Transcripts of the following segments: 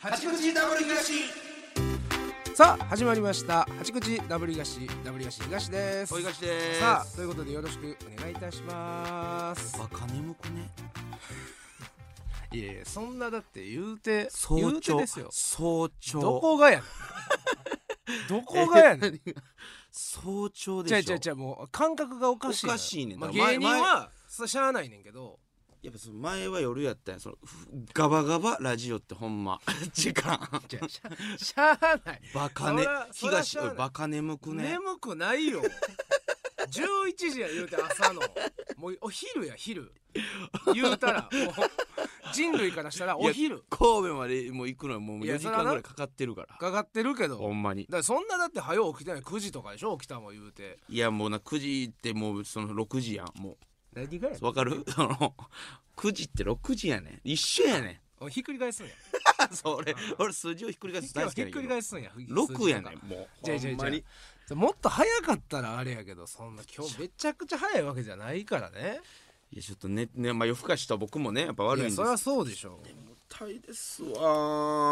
八口ダブル東さあ始まりました八口ダブル東ダブル東東ですおいがしですさあということでよろしくお願いいたしますバカ眠くねいやいやそんなだって言うて言早うて朝ですよ早朝どこがやねん どこがやねん違早朝う違でしょう違うもう感覚がおかしいのよおかしいねんまあ、だから芸人はそれしゃあないねんけどやっぱその前は夜やったんやそのふガバガバラジオってほんま 時間違うしゃ しゃあないバカねそらそらし東ゃあないおいバカ眠くね眠くない よ11時や言うて朝のもうお昼や 昼言うたらもう人類からしたらお昼神戸までもう行くのはもういや4時間そらなぐらいかかってるからかかってるけどだほかんまにらそんなだって早う起きてない9時とかでしょ起きたもん言うていやもうな9時ってもうその6時やんも何がやうわ かるその9時って6時やねん一緒やねんひっくり返すんや それ俺数字をひっくり返すの大好きひっやねんくけりど返すんや6やねんんもうじゃあじゃあじゃあもっと早かったらあれやけどそんな今日めちゃくちゃ早いわけじゃないからねいやちょっとねね、まあ、夜更かしと僕もねやっぱ悪いやんですそりゃそうでし ょ重たいですわ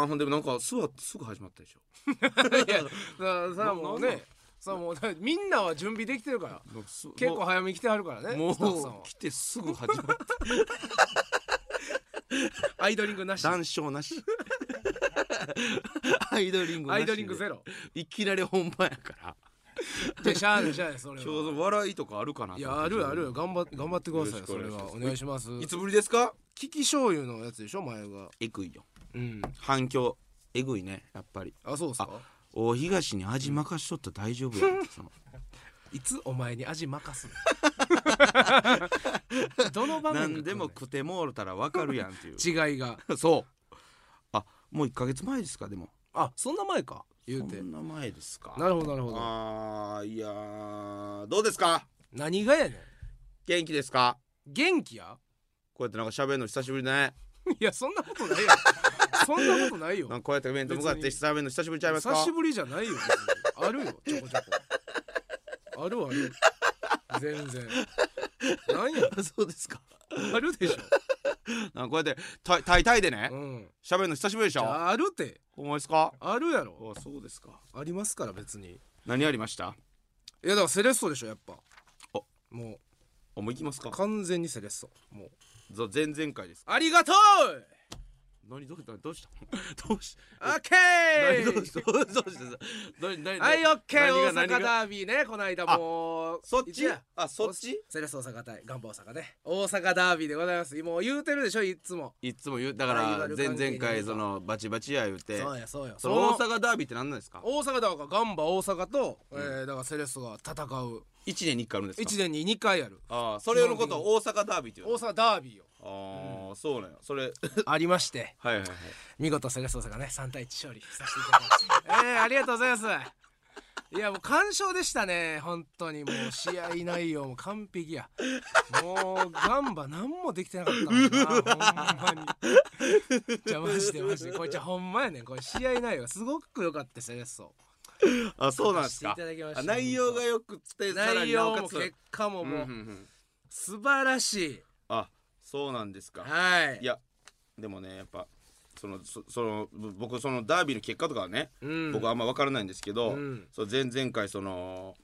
ほんでもなんか座ってすぐ始まったでしょいやだからさもうななんねさもうだからみんなは準備できてるからなんかす結構早めに来てはるからねもうスタッフさんもはう来てすぐ始 まったアイドリングなし談笑なし アイドリングなアしでイドリングゼロいきなり本番やからでしゃあないしゃあないそれ今日は笑いとかあるかないいやあるある頑張っ頑張ってくださいよろしくそおれ願いしはますお願いしますいつぶりですかキキ醤油のやつでしょ前がえぐいようん反響えぐいねやっぱりあそうですか大東に味まかしとったら大丈夫やん、 そのいつお前に味任 すのどの場面が来る何でも食ってもろたらわかるやんっていう違いがそう。あ、もう一ヶ月前ですか、でも。あそんな前か言うてそんな前ですか。なるほどなるほどああ、いやー、どうですか。何がやねん元気ですか。元気やこうやってなんか喋るの久しぶりだね。いやそんなことないや んそんなことないよなんかこうやって面と向かって別喋るの久しぶりちゃいますか。久しぶりじゃないよ別にあるよちょこちょこあるある全然なんやそうですか。あるでしなんかこうやってたタイタイでねょ、うん喋るの久しぶりでしじゃょ。ああるてほんまですか。あるやろあ、そうですか。ありますから別にい何ありました。やだからセレッソでしょやっぱあもあ、もう行きますうか。完全にセレッソもうぞ前々回です。ありがとう何どうしたどうしたどうしオた。ッケ何どうしーたどうしたどうした。何何はいオッケー大何が何が阪ダービーねこの間もうそっいつちやあそっちセレッソ大阪対ガンバ大阪ね大阪ダービーでございますもう言うてるでしょいつもいつも言うだかライバらル前関係々回にねそのバチバチや言うてそうやそうやその大阪ダービーって何なんですか大阪だからガンバ大阪と、えーだからセレッソが戦う1年に1回あるんですか1年に2回あるああそれのことを大阪ダービーって言う大の阪ダービーよああそうなんやそれはい ありましてはいはい見事セレッソ大阪ね3対1勝利させていただきました えー、ありがとうございますいやもう完勝でしたね本当にもう試合内容も完璧やもうガンバ何もできてなかったもんなほんまにじゃあマジでマジでこいつほんまやねんこれ試合内容がすごく良かったセレッソあそうなんですさかせていただきましたあ内容がよくてさら内になお容かもつ結果もうんうもんううん素晴らしいあそうなんですかはいいやでもねやっぱそのそそのぼ僕そのダービーの結果とかはね、うん僕あんま分からないんですけど、うんそう前々回その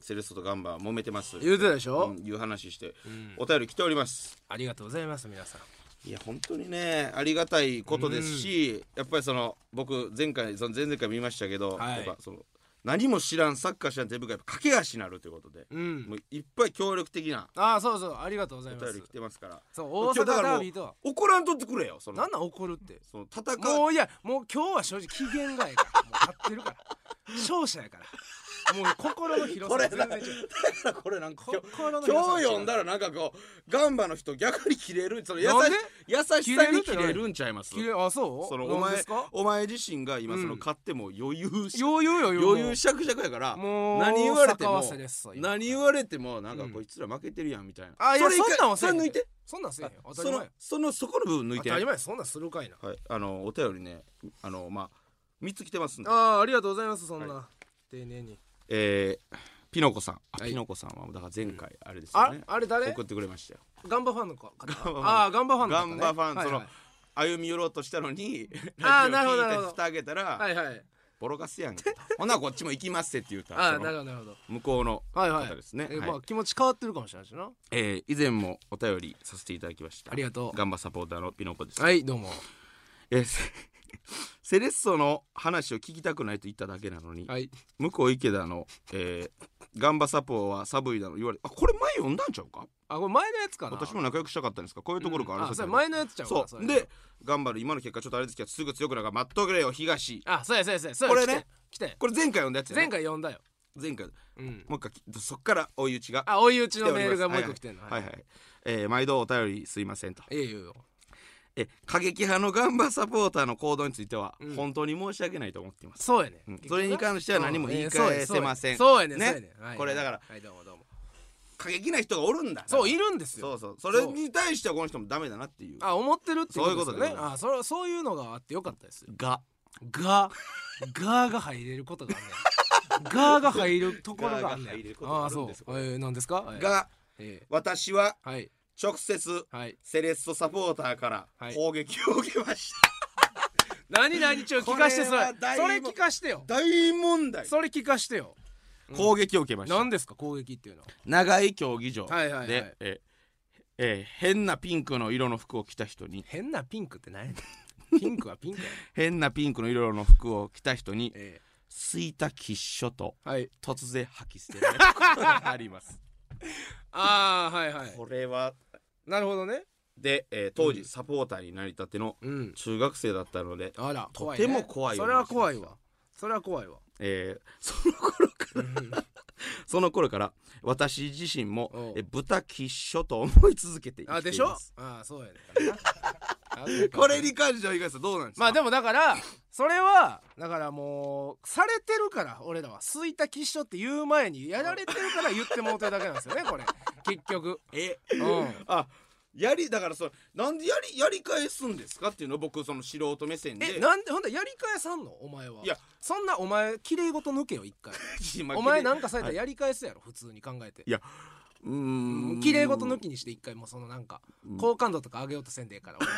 セレッソとガンバ揉めてます言うてたでしょうんいう話して、お便り来ておりますありがとうございます皆さんいや本当にねありがたいことですし、やっぱりその僕前回その前々回見ましたけど、はいやっぱその何も知らんサッカー知らん全部がやっぱ駆け足になるということで、うんもういっぱい協力的なああそうそうありがとうございおます便り来てますからそう今大日阪だからもダうービーとは怒らんとってくれよそのなんなん怒るってその戦うもういやもう今日は正直機嫌がええからもう勝ってるから勝者やからもう心の広さが全然違うだからこれなんか今日心の広さが今違う日読んだらなんかこうガンバの人逆に切れるその優しなんで優しさに切れるんちゃいますきれいあそうそのなおんで前すかお前自身が今そのうん買っても余裕し余裕よ余裕しゃくしゃくやからもう何言われて逆合わもせですわ今何言われてもなんかうんこいつら負けてるやんみたいなあいやれ一そん回なんはせそえれへん抜いてそんなんせえへん当たそり前のやそのそこの部分抜い当てたりはい前そんなんするかいなあのお便りねあのまあ三つ来てますんでああありがとうございますそんな丁寧にえーピノコさんあはいピノコさんはだから前回あれですよあねあれ誰送ってくれましたよガンバファンの方ンバファンああガンバファンのガ方ンねバファン、はいそのはい歩み寄ろうとしたのにあーラジオ聞なるほいどなるてほど蓋開けたら、はいはいボロカスやん ほなこっちも行きますってって言うたあそあのなるほどなるほど向こうのはいはい方ですね、えはいまあ気持ち変わってるかもしれないしなえー以前もお便りさせていただきましたありがとうガンバサポーターのピノコです、はいどうもえーセ セレッソの話を聞きたくないと言っただけなのに、はい向こう池田の、えーガンバサポーは寒いだの言われあこれ前読んだんちゃうかあこれ前のやつかな私も仲良くしたかったんですかこういうところからあ争それい前のやつちゃうかそなれうで頑張る今の結果ちょっとあれですけどすぐ強くなるから待っとけよ東あそうやそうやそうやそうやこれね来て来てこれ前回読んだやつやね前回呼んだよ前回うんもう一回きそっから追い打ちがあ追い打ち来てのおりメーまルすがもう一個来てんのはいはい、はいはいえー毎度お便りすいませんといいよいいよえ過激派のガンバサポーターの行動についてはうん本当に申し訳ないと思っています、そうやねうんそれに関しては何も言いそうや返せませんそうやねねそうやねはいはいこれだからはいどうもどうも過激な人がおるんだそうだいかるんですらそようそうそれに対してはこの人もダメだなっていうあ思ってるっていうことですそういうことでござよねいまあそれそういうのがあってよかったですよがががが入れることがあ んねんがが入るところがあんががね入れるこんとがあああるんそうですこえれー何ですかはいがえ私はーはい直接はいセレッソサポーターからはい攻撃を受け ました、何何ちょ聞かしてそこれれは大それ問聞かしてよ大問題それ聞かしてよ攻撃を受けました、何ですか攻撃っていうのは長い競技場で、はいはいはいええー変なピンクの色の服を着た人に変なピンクって何やねん ピンクはピンクやねん変なピンクの色の服を着た人にえすいたきっしょとーはい突然吐き 捨てられることがありますああはいはいこれはなるほどねで、えー当時サポーターになりたてのうん中学生だったので、あらと怖いてねも怖いそれは怖いわそれは怖いわえーその頃からその頃から私自身おもうえ豚きっしょと思い続けて生あきてでいしょますああそうやね これに関しては東さんどうなんですかまあでもだからそれはだからもうされてるから俺らは「すいたきっしょ」って言う前にやられてるから言ってもうてるだけなんですよねこ れ結局えうんあやりだからそれなんでやりやり返すんですかっていうのを僕その素人目線でえなんでほんでやり返さんのお前はいやそんなお前きれいごと抜けよ一回今お前なんかされたらやり返すやろ普通に考えていやうーんきれいごと抜きにして一回もうそのなんかうん好感度とか上げようとせんでええから俺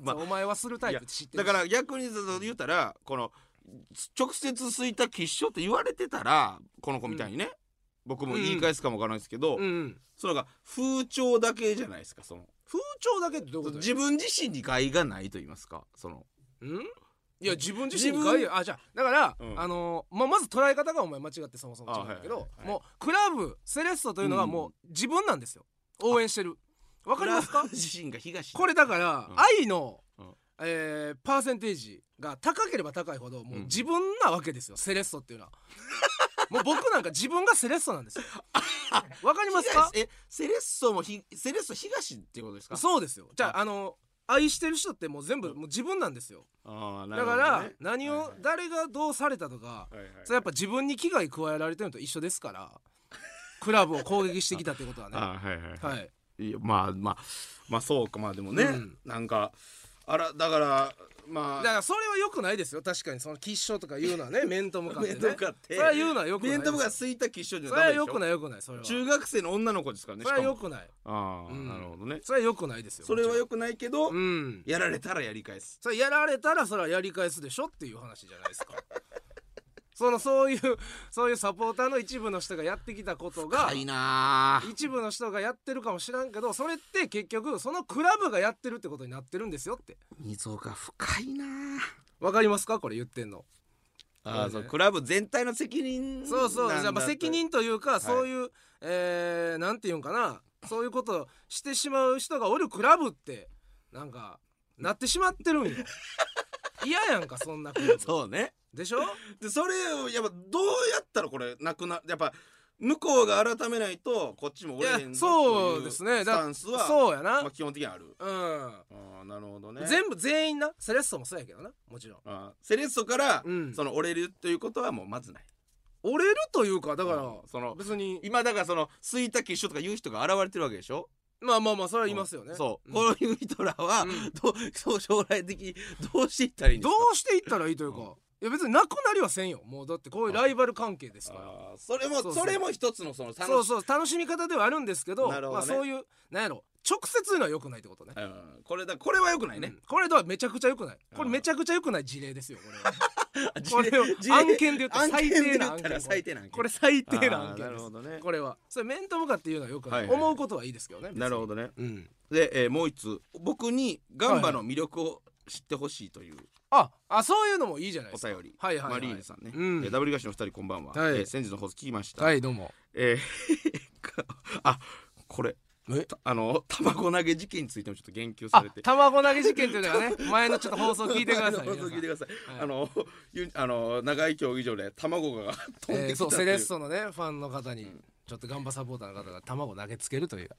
まあそうお前はするタイプって知ってだるしから逆に言ったらこの直接すいたきっしょって言われてたらこの子みたいにね、僕も言い返すかもわからないですけど、うんうんそのが風潮だけじゃないですかその風潮だけってどういうこと自分自身に害がないと言いますかそのんいや自分自身に自分害あじゃあだから、うんあのーまあ、まず捉え方がお前間違ってそもそも違うんだけあどはいはいはいもうクラブセレッソというのはうんもう自分なんですよ応援してるわかりますか浦和自身が東これだから、うん愛の、うんえーパーセンテージが高ければ高いほどもう自分なわけですよ、セレッソっていうのは もう僕なんか自分がセレッソなん ですよわかりますか東えセレッソもひセレッソ東っていうことですかそうですよじゃああの愛してる人ってもう全部もう自分なんですよあーなるだほどかねら、何はいをはい誰がどうされたとか、はいはいそれやっぱ自分に危害加えられてるのと一緒ですから クラブを攻撃してきたってことはねあーはいはいはいはいいやまあまあまあそうかまあでもね、うんなんかあらだからまだかあらそれは良くないですよ確かにその吉祥とか言うのはね 面と向かって、ね、面と向かってそれは言うのは良くない面ともがそすいたきっしょじれゃダメはでしょ良くない良くないそれは中学生の女の子ですからねそれはしか良もくないああ、うんなるほどねそれは良くないですよそれはも良くないけど、ちろんうんやられたらやり返すそれやられたらそれはやり返すでしょっていう話じゃないですか そのそういうそういうサポーターの一部の人がやってきたことがいなあ一部の人がやってるかもしらんけどそれって結局そのクラブがやってるってことになってるんですよって溝が深いなわかりますかこれ言ってんのああそそううねクラブ全体の責任そうそうなんじゃだあまあと責任というか、いそういう、えーなんていうんかなそういうことをしてしまう人がおるクラブってなんかなってしまって るんよ嫌やんかそんなクラブそうねでしょでそれをやっぱどうやったらこれなくなやっぱ向こうが改めないとこっちもい折れへやんぞそというですねスだタンスはそうやな、まあ、基本的にあるあーなるほどうん、ね全部全員なセレッソもそうやけどなもちろんあーセレッソから、うんその折れるということはもうまずない折れるというかだから、うんその別に今だからその吸いたき一緒とか言う人が現れてるわけでしょまあまあまあそれはいますよね、そう、んこういう人らは、うんどうそう将来的にどうしていったらいいんでどすかうしていったらいいというか、うんいや別になくなりはせんよもうだってこういうライバル関係ですから、あーそれもそうそそうれも一つのその楽しそうそう楽しみ方ではあるんですけどなるほまどあ、ねそういうなんやろ直接言うのは良くないってことね、うんこれだこれはよくないねう、んこれだめちゃくちゃ良くないこれめちゃくちゃ良くない事例ですよ これはこれを案件で言ったら案最件低でな言案っ件たら最低な案件これ最低なあ案ー件でなるすほどねこれはそれ面と向かって言うのは良くない、はいはい思うことはいいですけどねなるほど、どねうん、で、えーもう一つ僕にガンバの魅力を知ってほしいというああそういうのもいいじゃないでおすか便り、はいはいはいマリーヌさんね、うんえーダブルガシのお二人こんばんは、はいえー先日の放送聞きました、はいどうもえー あこれえあの卵投げ事件についてもちょっと言及さあれて卵投げ事件というのがね前のちょっと放送聞いて ください放送聞いてく皆ださい。はいあの、ゆあの長い競技場で卵が さ飛んんえーできたそっうていうセレッソのねファンの方にちょっとガンバサポーターの方が卵投げつけると いう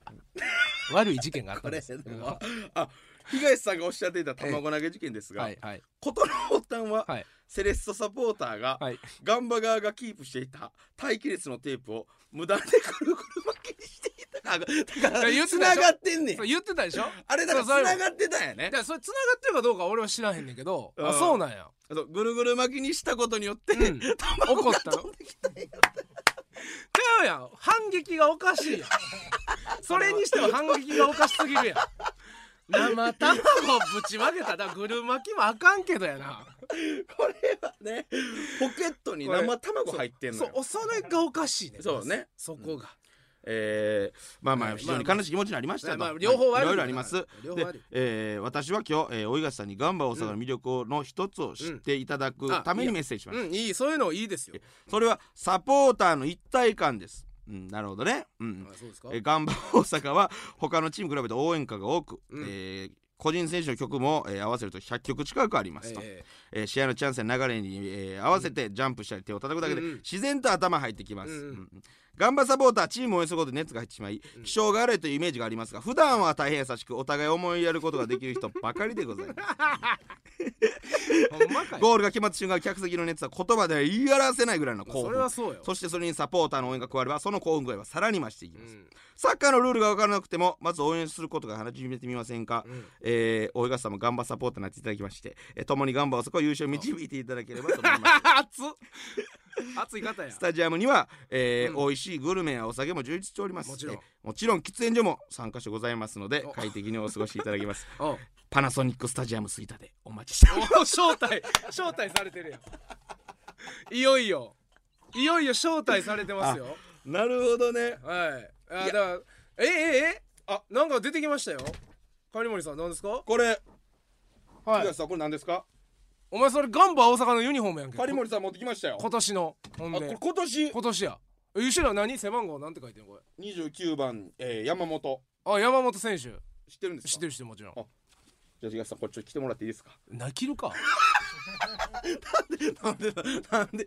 悪い事件があったこんでれすよでもあ東さんがおっしゃっていた卵投げ事件ですが、はいはい事の発端は、はいセレッソサポーターが、はいガンバ側がキープしていた待機列のテープを無断でくるくる巻きにしていたあだかいや言らってたでしょつながってんねんそう言ってたでしょあれだからつそうそうながってたんやねいやそれ繋がってるかどうかは俺は知らへんねんけど、うんあそうなんや、あとぐるぐる巻きにした ことによって、うん、怒卵がったの飛んできたんやちゃうやん反撃がおかしいやんそれにしても反撃がおかしすぎるやん生卵ぶちまけただぐる巻きもあかんけどやなこれはねポケットに生卵入ってんのそうよおそれがおかしいねそうねそこが、えー、まあまはあい非常に悲しい気持ちになりましたと、まあまあ両方悪いはいろいろあります両方で悪い、えー私は今日、えー、大東さんにガンバ大阪の魅力の一つを知っていただくうんあためいにやメッセージしました、うんいいそういうのいいですよそれはサポーターの一体感です、うん、なるほどね、うんあそうですかえーガンバ大阪は他のチームに比べて応援歌が多く、うんえー個人選手の曲も、えー合わせると100曲近くありますと、ええー試合のチャンスや流れに、えー合わせてジャンプしたり手を叩くだけでうんうん自然と頭入ってきます、うんうんうんガンバサポーターチームを応援することで熱が入ってしまい気性が悪いというイメージがありますが普段は大変優しくお互い思いやることができる人ばかりでございます えほんまかいゴールが決まった瞬間客席の熱は言葉では言い表せないぐらいのまあ興そ奮、れはそうよそしてそれにサポーターの応援が加わればその興奮具合はさらに増していきうます、んサッカーのルールが分からなくてもまず応援することから始めてみませんか、 うんえー、大東さんもガンバサポーターになっていただきまして、えー、共にガンバをそこを優勝に導いていただけれ ばと思います熱っ熱い方やスタジアムには、えーうん美味しいグルメやお酒も充実しておりますもちろんえもちろん喫煙所も参加所ございますのでお快適にお過ごしいただけます おうパナソニックスタジアムスイタでお待ちしておりますお招待招待されてるやんいよいよいよいよ招待されてますよなるほどねはいあいだやからえええああなんか出てきましたよ狩森さん何ですかこれは東さんこれ何ですかお前それガンバ大阪のユニフォームやんけ狩森さん持ってきましたよ今年のほんあこでれ今年今年やえ後ろは何背番号なんて書いてんのこ29番、えー、山本れあ山本選手知ってるんですか知ってる人もちろんあじゃあ東さんこれちょっと来てもらっていいですか泣きるかなんでなんで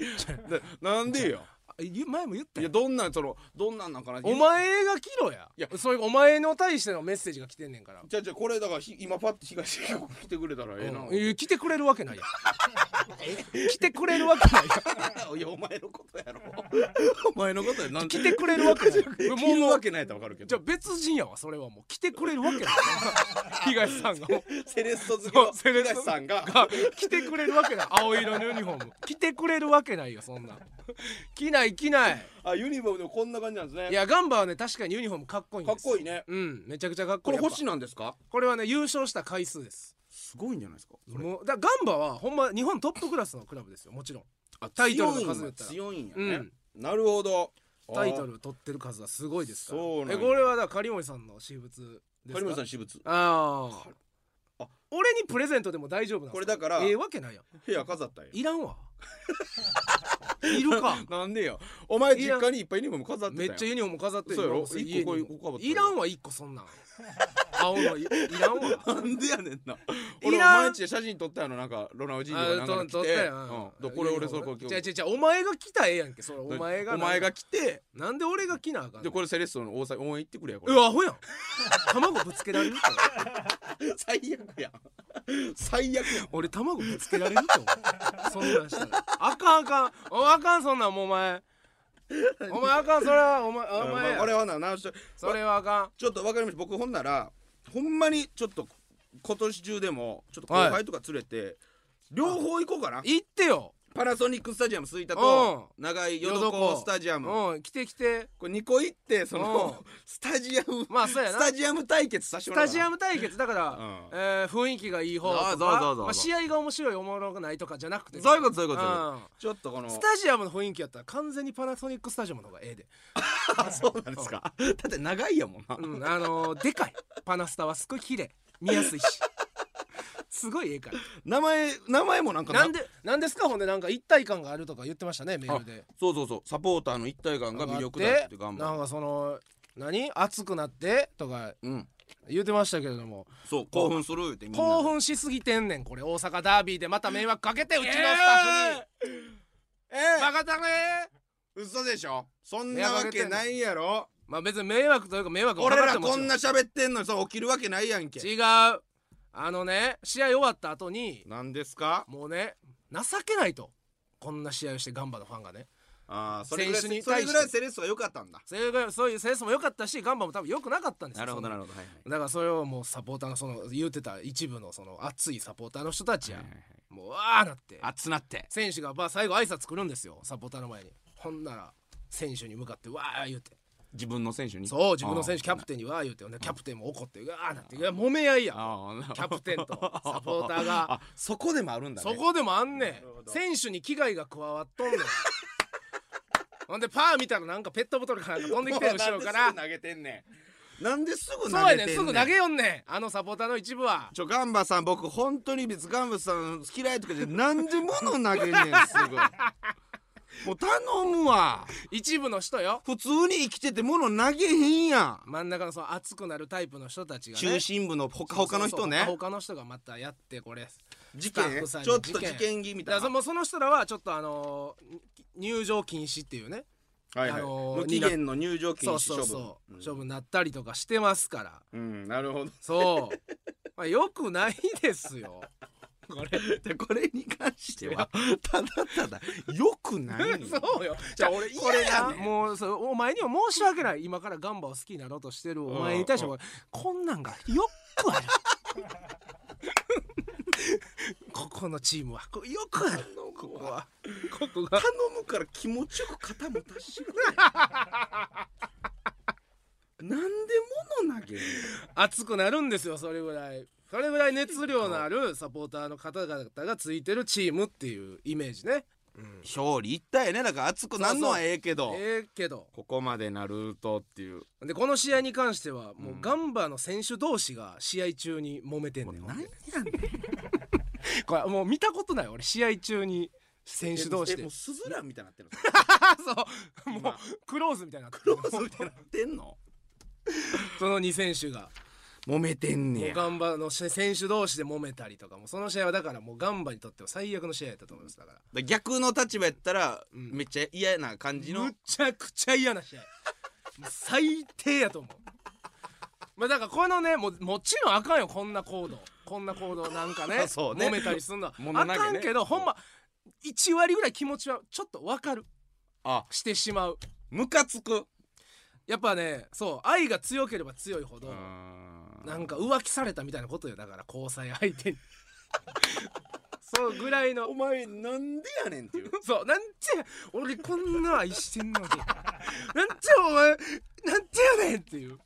ななんでよあ言う前も言ったいやよどんなんそのどんなんなんかなお前が切ろやいやそういうお前の対してのメッセージが来てんねんからじゃあじゃあこれだからひ今パッて東が来てくれたらええな、うんいや来てくれるわけ ないやん来てくれるわけないやん いやお前のことや ろお前のことやなん来てくれるわけないもうもうもわうけないとわかるけじゃあど別人やわそれはもう来てくれるわけない 東さんがセレッソ好きそのうセレッソ東さんがが来てくれるわけない青色のユニフォーム来てくれるわけないよそんなん来ない来ないあユニフォームでもこんな感じなんですねいやガンバはね確かにユニフォームかっこいいんかっですこいいねうんめちゃくちゃかっここいいれやっぱ星なんですかこれはね優勝した回数ですすごいんじゃないですかもうだからガンバはほんま日本トップクラスのクラブですよもちろんあタイトルの数だったら強いんやうねんなるほどタイトル取ってる数はすごいですからそうなんやえこれはだから狩森さんの私物ですかあーカリモリさん私物あああ俺にプレゼントでも大丈夫なんすこれだからええわけないやん部屋飾ったんやいら んわいるかなんでよお前実家にいっぱいユニフォーム飾ってためやっんちゃユニフォーム飾ってるそうやろ今も家に一個こういうここかぶってるいらんわ一個そんなん青のいいらんわなんでやねん な。い俺おらん前んちで写真撮ったやろなんかロナウジーニョがなんか来て、うんでこれ俺それこじれゃじゃじゃお前が来たらええやんけそれおお前がお前が来てなんで俺が来なあかんでこれセレッソの大阪応援行ってくれやこうれわアホやん卵ぶつけられると思う最悪やん 最悪やん 俺卵ぶつけられると思うそんなんしたらあかんあかんおあかんそんなんもうお前お前あかんそれはお前お前や俺はな直しとそれはあかんちょっとわかりました僕ほんならほんまにちょっと今年中でもちょっと後輩とか連れて、両方行こうかな行ってよパナソニックスタジアム吹田うんと長い淀淀子子スタジアムうん来て来てこれ2個行ってそうのスタジアムまあそうやスなタスジアム対決させてもタらおうかジなアム対決だから、うんえー雰囲気がいい方そとうそうそうか、そうまあ、試合が面白いおもろくないとかじゃなくてねそういうことそういうことそういうこんちょっとこのスタジアムの雰囲気やったら完全にパナソニックスタジアムの方がええで、あそうなんですか だって長いやもんなうん、あの ーでかいパナスタはすごい綺麗見やすいしすごいええから名前名前もなんかなんでなんですかほんでなんか一体感があるとか言ってましたねメールでそうそうそうサポーターの一体感が魅力だって頑な張んるかその何熱くなってとかうん言ってましたけれどもそう興奮するってみんな興奮しすぎてんねんこれ大阪ダービーでまた迷惑かけてうちのスタッフに、えバカだねえ嘘でしょそん迷な惑わかけけてんのないやろまあ別に迷惑というか迷惑も俺かかっらてもこんな喋ってんのにそう起きるわけないやんけ違うあのね試合終わった後になんですかもうね情けないとこんな試合をしてガンバのファンがねああそれぐらい選手にそれ対してぐらいセレッソが良かったんだそういうそういうセンスも良かったしガンバも多分良くなかったんですよそんるほどはいだからそれをもうサポーターのその言ってた一部のその熱いサポーターの人たちや、もうわーなって熱なって選手がまあ最後挨拶来るんですよサポーターの前にほんなら選手に向かってわー言うて自分の選手にそう自分の選手キャプテンにわー言うてほんでキャプテンも怒ってうわーなっていや揉め合いやああキャプテンとサポーターが あそこでもあるんだねそこでもあんねなるほんど選手に危害が加わっとんねんほんでパー見たらなんかペットボトルかなんか飛んできてる後ろからなんですぐ投げてんねんなんですぐ投げてんそうやねんすぐ投げんよんねんあのサポーターの一部はちょガンバさん僕本当に別にガンバさん嫌いとかじゃなんで物投げんねんす ぐもう頼むわ一部の人よ普通に生きてて物投げへんや真ん中のその熱くなるタイプの人たちんが中ね心部のほかほかの人ねそうそうそう他の人がまたやってこれ事スタッ件フさんにちょっと事事件件気みだからたいなそもうその人らはちょっとあのー入場禁止っていうねはいはいあのー無期限の入場禁そうそ止処う分そう、ん処分になったりとかしてますからうんなるほどそうまあよくないですよこれでこれに関してはただただよくないの そうよじゃあ俺嫌これやなねんもうそうお前には申し訳ない今からガンバを好きになろうとしてるお前に対してうんう俺こんなんがよくある ここのチームはこよくあるここはここが頼むから気持ちよく肩持たして くれなんで物投げる熱くなるんですよそれぐらいそれぐらい熱量のあるサポーターの方々がついてるチームっていうイメージね、うん表裏一体ねだから熱くなんのはええけどええけどここまでなるとっていうでこの試合に関してはもううんガンバの選手同士が試合中に揉めてんねん、もう何やねんこれもう見たことない俺試合中に選手同士えでもうスズランみたいになってる あ そうもう今クローズみたいになクロー ズみたいになってんのその2選手が揉めてんもねうガンバの選手同士で揉めたりとかもうその試合はだからもうガンバにとっては最悪の試合だったと思いますだからや逆の立場やったら、うんめっちゃ嫌な感じのむちゃくちゃ嫌な試合もう最低やと思うまあだからこのねもうもちろんあかんよこんな行動こんな行動なんかね そうね揉めたりすんのは、物あ投げねかんけどほんま1割ぐらい気持ちはちょっと分かるあしてしまうムカつくやっぱねそう愛が強ければ強いほどなんか浮気されたみたいなことよだから交際相 手にそうぐらいのお前なんでやねんっていうそうなんて俺こんな愛して んのになんてお前なんてやねんっていう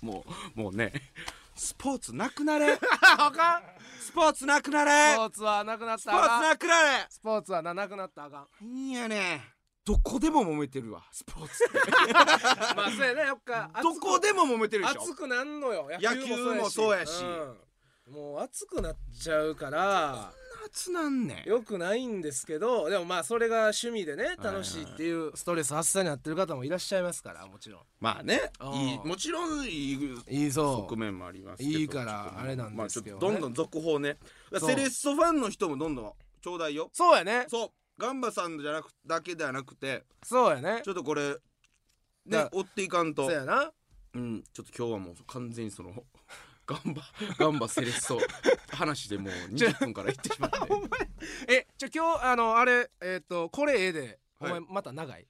もうもうねスポーツなくなれあかんスポーツなくなスれポーツはなくなっスポたらあーツかんなくなれスポーツはななくなったらあかんいいやねどこでも揉めてるわスポーツってまあそうやねやっぱどこでも揉めてるでしょ熱くなんのよ野球もそうやしうんもう熱くなっちゃうから夏なんねんよくないんですけどでもまあそれが趣味でね楽しいっていうストレス発散になってる方もいらっしゃいますからもちろんまあねうんいいもちろんいいいいそ側面もありますけどいいからちょっとあれなんですけどねまあ、ちょっとどんどん続報ねだからセレッソファンの人もどんどんちょうだいよそうやねそうガンバさんじゃなくだけではなくてそうやねちょっとこれねだ追っていかんとそうやなうん、ちょっと今日はもう完全にその ガンバガンバセレッソ話でもう20分からいってしまってえじゃ今日あのあれえっ、とこれええでお前はいまた長い、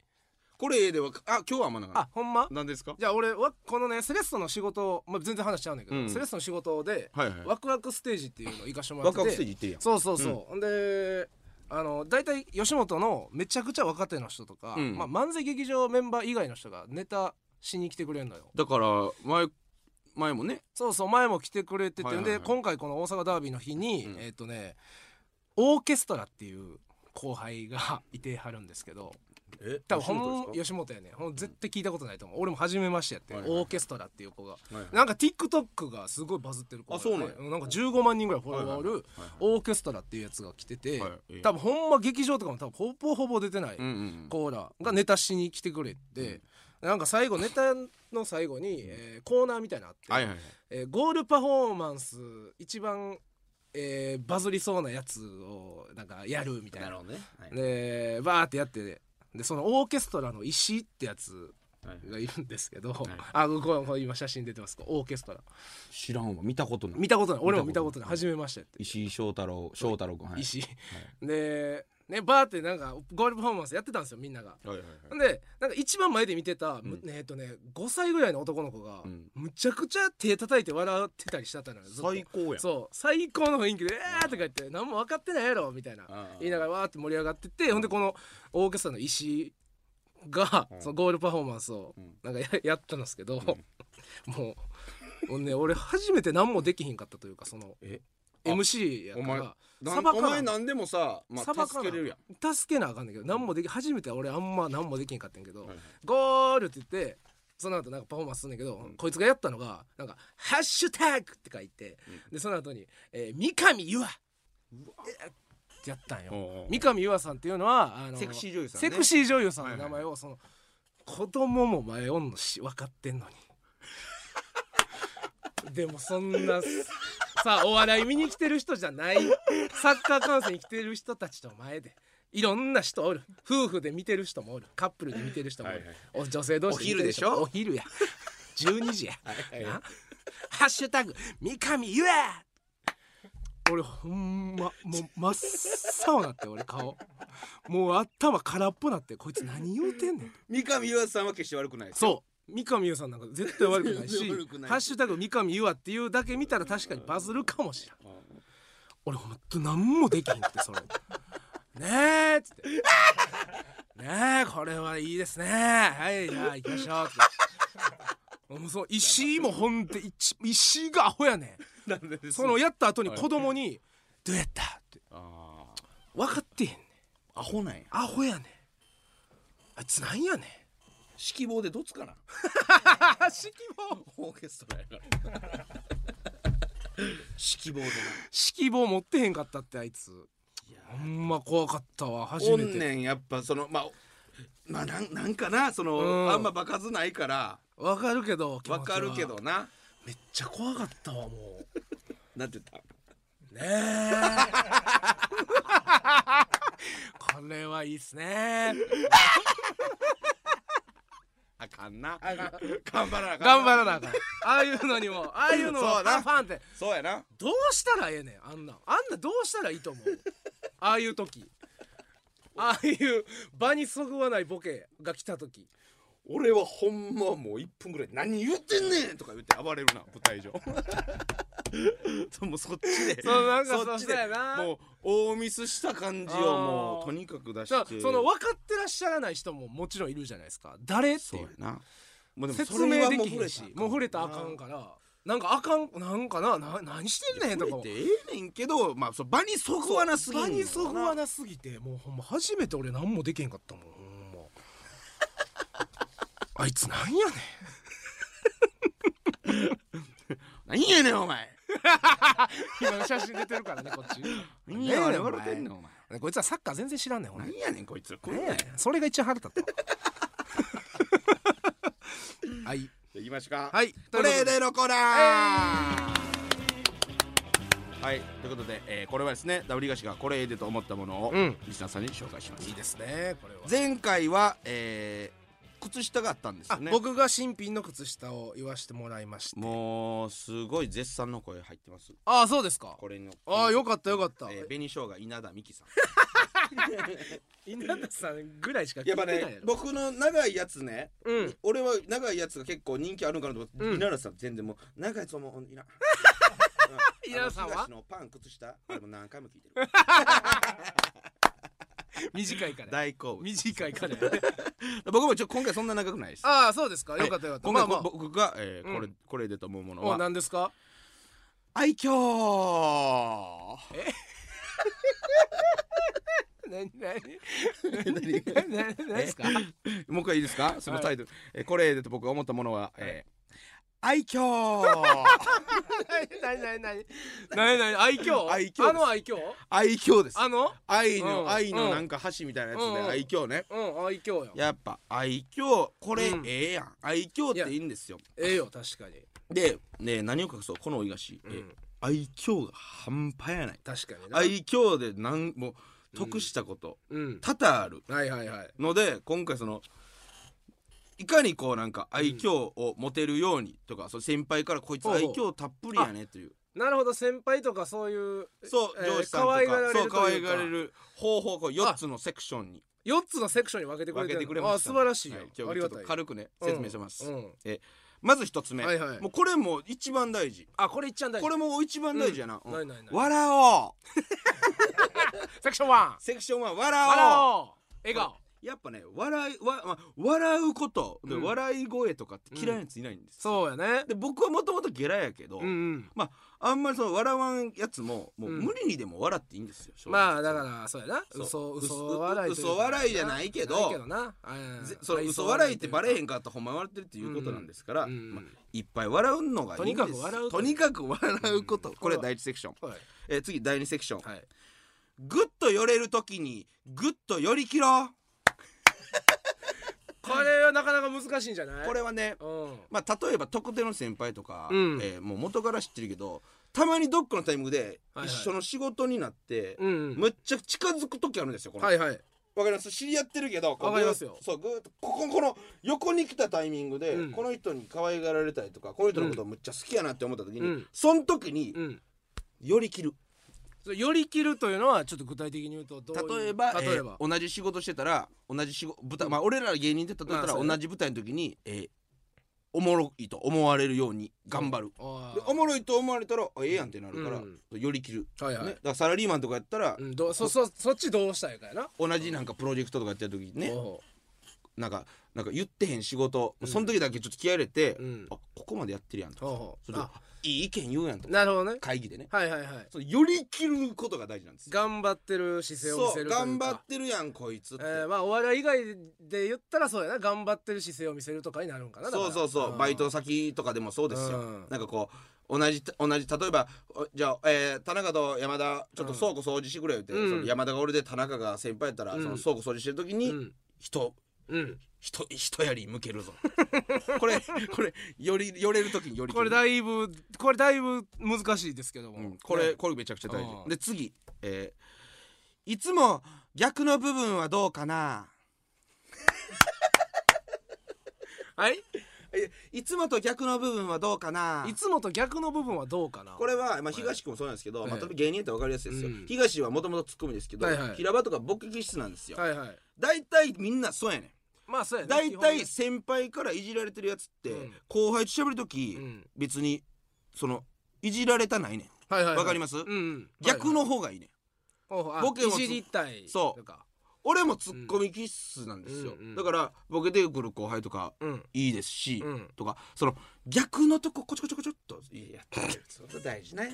これええではあ今日はあんまなかっあほんまた何ですかじゃあ俺はこのねセレッソの仕事を、まあ、全然話しちゃうんだけど、うんセレッソの仕事で、はいはいワクワクステージっていうのを行かしてもらワってクてワクステージ行ってるやんそうそうそう、ん、であの大体吉本のめちゃくちゃ若手の人とか、うんまあ、漫才劇場メンバー以外の人がネタしに来てくれるのよだから前前もねそうそう前も来てくれてて、はいはいはいで今回この大阪ダービーの日に、うんえっ、とねオーケストラっていう後輩が いてはるんですけどえ多分ほん吉本やねほん絶対聞いたことないと思う俺も初めましてやって、はいはいはいオーケストラっていう子がはいはいなんか TikTok がすごいバズってる子がいてあそうなんやなんか15万人ぐらいフォロワーある、はいはいはいオーケストラっていうやつが来てて、はい多分ほんま劇場とかも多分ほぼほぼ出てないうんうんコーラがネタしに来てくれて、なんか最後ネタの最後に、えーコーナーみたいなのあって、はいはいはいえーゴールパフォーマンス一番、えーバズりそうなやつをなんかやるみたいなどねはいでバーってやってでそのオーケストラの石井ってやつはいがいるんですけど、あこここれ今写真出てますオーケストラ知らんわ見たことない見たことない俺も見たことない初めましてって、石井翔太郎翔太郎君はい石井、で、ね、バーってなんかゴールパフォーマンスやってたんですよみんなが。はいはいはいでなんか一番前で見てた、むねえっとね5歳ぐらいの男の子が、うんむちゃくちゃ手叩いて笑ってたりしてたのよずっと最高やんそう最高の雰囲気で「えー!」とか言って「何も分かってないやろ」みたいなうん言いながらわーって盛り上がってってほんでこのオーケストラの石井がんそのゴールパフォーマンスをんなんかややったんですけどもうもうね俺初めて何もできひんかったというかそのえ MC やかお前らなんさばおか前ななんでもさ、まさあ、ばか助なけれるやん助けなあかんねんけど何もでき初めて俺あんま何もできへんかったんやけどはいはい「ゴール!」って言ってその後なんかパフォーマンスすんねんけど、こいつがやったのがなんか「ハッシュタグ!」って書いて、でその後に「えー、三上優愛」えーってやったんよ。おうおう三上優愛さんっていうのはあのセクシー女優さんねセクシー女優さんの名前をその子供も前おんのし分かってんのに でもそんなさお笑い見に来てる人じゃないサッカー観戦に来てる人たちの前でいろんな人おる夫婦で見てる人もおるカップルで見てる人もおる、はいはいお女性同士見てる人もおお昼や12時やはいはいなハッシュタグ三上ゆえ俺ほんまもう真っ青なって俺顔もう頭空っぽなってこいつ何言うてんねん三上優愛さんは決して悪くないですよそう三上優さんなんか絶 対悪くないし全然悪くないハッシュタグ三上優愛っていうだけ見たら確かにバズるかもしれん俺ほんと何もできへんくて それねえっつってねえこれはいいですねはいじゃあ行きましょうってもうそう石井もほんと一石井がアホやねなんででんすそのやった後に子供に「どうやった?」ってあー分かってへんねんアホなんやアホやねんあいつなんやねん指揮棒でどつかなあ指揮棒オーケストラや から指揮棒で指揮棒持ってへんかったってあいつほんま怖かったわ初おめんてねんやっぱそのまあまあなんなんかなその、うんあんま場数ないからわかるけど気持ちはわかるけどなめっちゃ怖かったわもうなんて言っね えこれはいいっすねたあかんな頑張らなあかんな頑張らなあかんああいうのにもああいうのそもうなパンパンってそうやなどうしたらええねんあんなんあんなどうしたらいいと思うああいう時ああいう場にそぐわないボケが来た時俺はほんまもう1分ぐらい「何言ってんねん!」とか言って暴れるな舞 台上もうそっちでそうなんかそうっちそうやでなもう大ミスした感じをあーもうとにかく出だしかてらその分かってらっしゃらない人ももちろんいるじゃないですか誰ってそういやうなもうでも説明できそへれはんしもう触れたらあかんからなんかあかんなんかなな何してんねんとか触もれてええねんけどまあそう場にそぐわなすぎん場ねんにそぐわなすぎてもうほんま初めて俺何もできへんかったもんほん まあいつなんやねん何やねんお前今の写真出てるからねこっち何やねんお前笑ってんねんお前こいつはサッカー全然知らんねんほんま何やねんこいつこんなん何ややねねんそれが一番腹立 ったはいんいきましょうかはいトレーデーのコーナーはいということで、えーこれはですねダブリガシがこれええでと思ったものを、うんリスナーさんに紹介しますいいですねこれは前回は、えー靴下があったんですよねあ僕が新品の靴下を言わしてもらいましたもうすごい絶賛の声入ってますああそうですかこれのあーよかったよかった えー紅生姜稲田美希さん稲田さんぐらいしか聞いやってなぱいね 僕の長いやつねうん俺は長いやつが結構人気あるんかなと思って、うん稲田さん全然もう長いやつはもういらんう ん稲田さんはあの東のパン靴下あれも何回も聞いて る短いから大好物短いから僕もちょ今回そんな長くないですああそうですかはいよかったよかった今ま回あこ、まあ僕が、えーうんこれこれでと思うものおは何ですか愛嬌何何何何何ですか もう一回いいですかそのタイトル、えーこれでと僕が思ったものは、えー愛嬌 何何何何何愛嬌愛嬌であすの愛嬌愛嬌ですあの愛の、うん愛のなんか箸みたいなやつうんでうん愛嬌ね、うん愛嬌よやっぱ愛嬌これうんええやん、愛嬌っていいんですよええよ確かにで、ね、何を隠そうこのお東、えーうん愛嬌が半端やない確かにな愛嬌でなんもう得したこと、うん多々あるはいはいはいので今回そのいかにこうなんか愛嬌を持てるようにとか、その先輩からこいつ愛嬌たっぷりやねというなるほど先輩とかそういうそう、えー上司さんと可か愛がられるそう可とい愛うかがられる方法こう4つのセクションに4つのセクションに分けてく分れけててくるれのまあした素晴らしいよはい今あり日ちがょったといよ軽くね説明します、うんまず1つ目、はいはいもうこれも一番大事あこれいっちゃうんだこれも一番大事やな、ううんんないないない笑おうセクション1セクションは笑おう笑おう笑顔やっぱね笑いわ、まあ、笑うこと、でうん笑い声とかって嫌いなやついないんです、そうやねで僕はもともとゲラやけど、うんうんあんまりその笑わんやつももううん無理にでも笑っていいんですよ、正直まあだからそうやな嘘そう嘘嘘笑いというか嘘笑いじゃないけどないけどなうんぜその嘘笑いってバレへんかったらほんま笑ってるっていうことなんですから、うんうんまあ、いっぱい笑うのがいいんですとにかく笑うこととにかく笑うこと、うんこれ第一セクション、はいえー次第二セクション、はいぐっと寄れる時にぐっと寄り切ろこれはなかなか難しいんじゃなういこれはね、うんまあ、例えば特定の先輩とか、うんえーもう元から知ってるけどたまにどっかのタイミングではいはい一緒の仕事になって、うんうんむっちゃ近づく時あるんですよこの、はいはいわかります知り合ってるけどこうわかりますよぐーっとそうぐーっとこここの横に来たタイミングで、うんこの人に可愛がられたりとかこの人のことをむっちゃ好きやなって思った時に、うんその時にうん寄り切る、それ寄り切るというのはちょっと具体的に言うとどういう例えば例えばえー同じ仕事してたら同じ仕事舞台、まあ俺ら芸人で例えまあたらそうね同じ舞台の時に、えーおもろいと思われるように頑張る、あでーおもろいと思われたらあええやんってなるから、う寄り切る、はいね、はだいからサラリーマンとかやったら、うんどうそそそっちどうしたいかやな同じなんかプロジェクトとかやってる時にね、おなんかなんか言ってへん仕事、うんその時だけちょっと気合い入れて、ううんあここまでやってるやんとほうほそうれであいい意見言うやんとなるほどね会議でねはいはいはいその寄り切ることが大事なんですよ頑張ってる姿勢を見そせうるというか頑張ってるやんこいつって、えーまあお笑い以外で言ったらそうやな頑張ってる姿勢を見せるとかになるんかなだからそうそうそう、んバイト先とかでもそうですよ、うんなんかこう同じ同じ例えばおじゃあ、えー田中と山田ちょっと倉庫掃除してくれよって、うんその山田が俺で田中が先輩やったら、うんその倉庫掃除してる時うに、ん人うん人人やり向けるぞこれこれより寄れる時に寄り切これるだいぶこれだいぶ難しいですけども、うんこれねこれめちゃくちゃ大う事んで次、えーいつも逆の部分はどうかなはいえいつもと逆の部分はどうかないつもと逆の部分はどうかなこれは、まあ、東君もそうなんですけど、まえあ、え例えば芸人やって分かりやすいですよ、うん東はもともとツッコミですけど、はいはい平場とかボケ気質なんですよ、はいはい大体みんなそうやねまあそうやんね大基本ね体先輩からいじられてるやつって、うん後輩と喋る時、うん別にそのいじられたないねんはいはいはいわかりますうんうん逆の方がいいねん、はいはいボケおうもあいじりたいそうとか俺もツッコミ気質なんですよ、うんうんうんだからボケてくる後輩とかうんいいですし、うんとかその逆のとここちょこちょこちょっといやそれ大事ね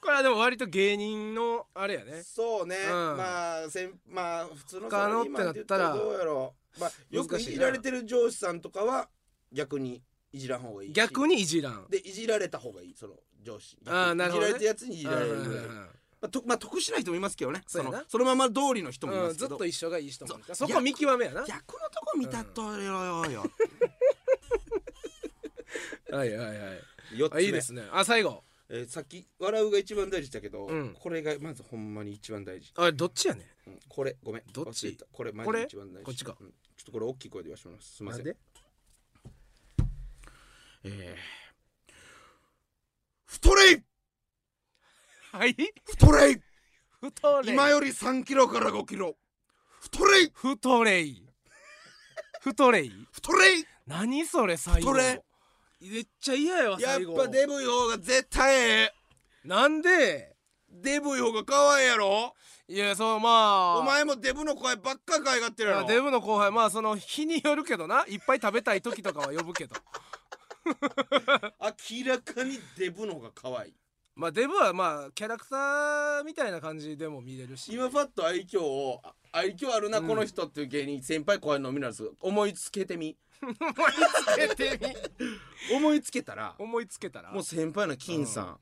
これはでも割と芸人のあれやねそうね、うんまあせんまあ普通の他のサラリーマン言ってなったらどうやろう、まあ、よく難いしいなじられてる上司さんとかは逆にいじらん方がいいし逆にいじらんでいじられた方がいいその上司あーなるほどねいじられたやつにいじられるぐらい、うんうんうまんあ、とまあ得しない人もいますけどねそうそやなのそのまま通りの人もいまうんすずけっど、と一緒がいい人もいるからそそうこ見極めやな逆のとこ見たとれろよ、はいはいはい四つあ目いいですねあ最後えーさっき笑うが一番大事だけど、うんこれがまずほんまに一番大事、あどっちやねうんこれごめんどっち忘れたこれマジこでれ一番大事こっちかうんちょっとこれ大きい声で言わしてもらいますすいませんえー太れいはい太れい太れい今より3キロから5キロ太れい太れい太れい太れい何それ最後太れめっちゃ嫌やわやっ最後ぱデブい方が絶対ええなんでデブい方が可愛いやろいやそうまあお前もデブの声ばっか可愛がってるやまあろデブの後輩まあその日によるけどないっぱい食べたい時とかは呼ぶけど明らかにデブの方が可愛いまあデブはまあキャラクターみたいな感じでも見れるし今ファッと愛嬌をあ愛嬌あるな、うんこの人っていう芸人先輩後輩のみならず思いつけてみ思いつけて思いつけたらみ 思いつけたらもう先輩の金さん、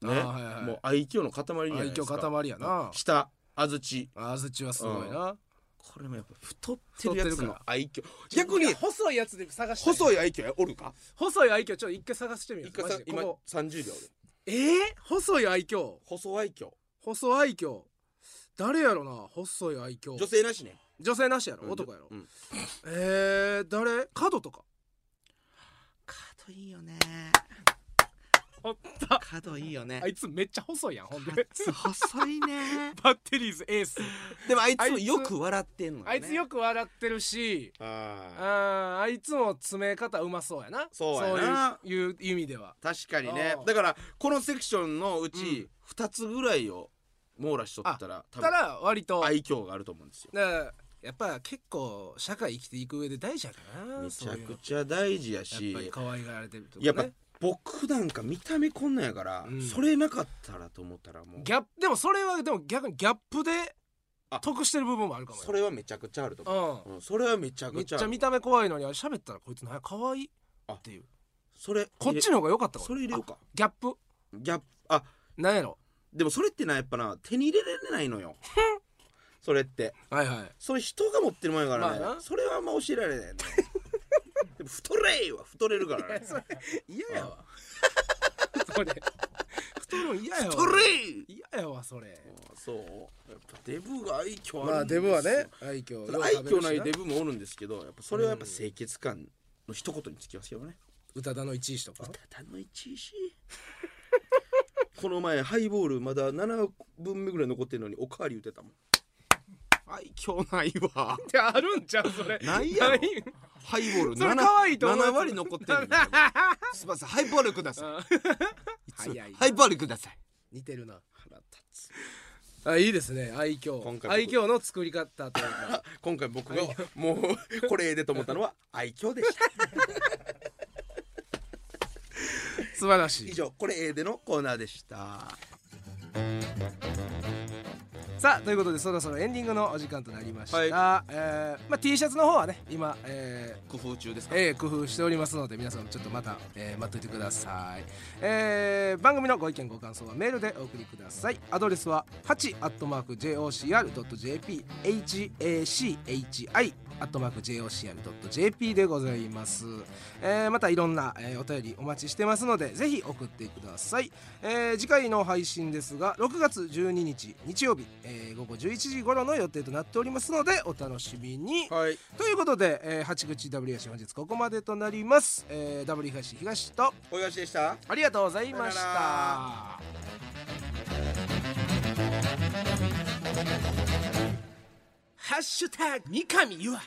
うんね、あーはいはいもう愛嬌の塊じゃない愛です嬌か塊やな下安土あずちはすごいなこれもやっぱ太ってるやつ太ってるのから愛嬌逆に細いやつで探して細いい愛嬌おるか細い愛嬌ちょっと一回探してみよ一うマ回さジで今ここ30秒でえー細い愛嬌細愛嬌細愛嬌誰やろな細い愛嬌女性なしね女性なしやろ男やろうんえー誰角とかカードいいよねおったカードいいよねあいつめっちゃ細いやんほんで細いね バッテリーズエースでもあいあいつつよく笑ってんのねあいつよく笑ってるしあーあーあいつも詰め方うまそうやなそうやなそういういう意味では確かにねあーだからこのセクションのううんち2つぐらいを網羅しとったら多た分ら割と愛嬌があると思うんですよだからやっぱ結構社会生きていく上で大事やからなめちゃくちちゃ大事ゃややっぱりし可愛がられてるとやっかぱね僕なんか見た目こんなんやからうんそれなかったらと思ったらもうギャップでもそれはでも逆にギャップであ得してる部分もあるかもよそれはめちゃくちゃあると思うんううんそれはめちゃめくっちちゃあゃる見た目怖いのにあれ喋ったらこいつなんや可愛いあっていうそれこっちの方が良かったかもそれ入れようかあギャップギャップあなんやろでもそれってなやっぱな手に入れられないの よそれってはいはいそれ人が持ってるもんやからね、まあなそれはあんま教えられ ないねでも太れーは太れるからねそれ嫌やわそれ太るの嫌やわ太れー嫌やわそれあそうやっぱデブが愛嬌あるんですよまあデブはね愛た嬌だ愛嬌ないデブブもおるんですけどやっぱそれはやっぱ清潔感の一言につきますよね宇多田の一位とかただの一位しこの前ハイボールまだ7分目ぐらい残ってるのにおかわり言ってたもん愛嬌ないわってあるんちゃうそれないやろないハイボールそれ可愛いと 思うやつ7割残ってるのにすいませんハイボールください早いハイボールください似てるな あいいですね愛嬌今回僕愛嬌の作り方というか 今回僕がもうこれでと思ったの は愛嬌でした素晴らし以い上これ A でのコーナーでしたさあということでそろそろエンディングのお時間となりました、はいえーまあ、T シャツの方はね今、え工夫中ですーえー工夫しておりますので皆さんちょっとまた、えー待っといてください、えー番組のご意見ご感想はメールでお送りくださいアドレスは 8-jocr.jp hachi アットマーク JOCR.jp でございます、えーまたいろんな、えーお便りお待ちしてますのでぜひ送ってください、えー次回の配信ですが6月12日日曜日、えー午後11時頃の予定となっておりますのでお楽しみに、はいということで、えー、八口 W 東本日ここまでとなります、えー、W 東東とおいしでしたありがとうございましさよなたハッシュタグ三上ゆあ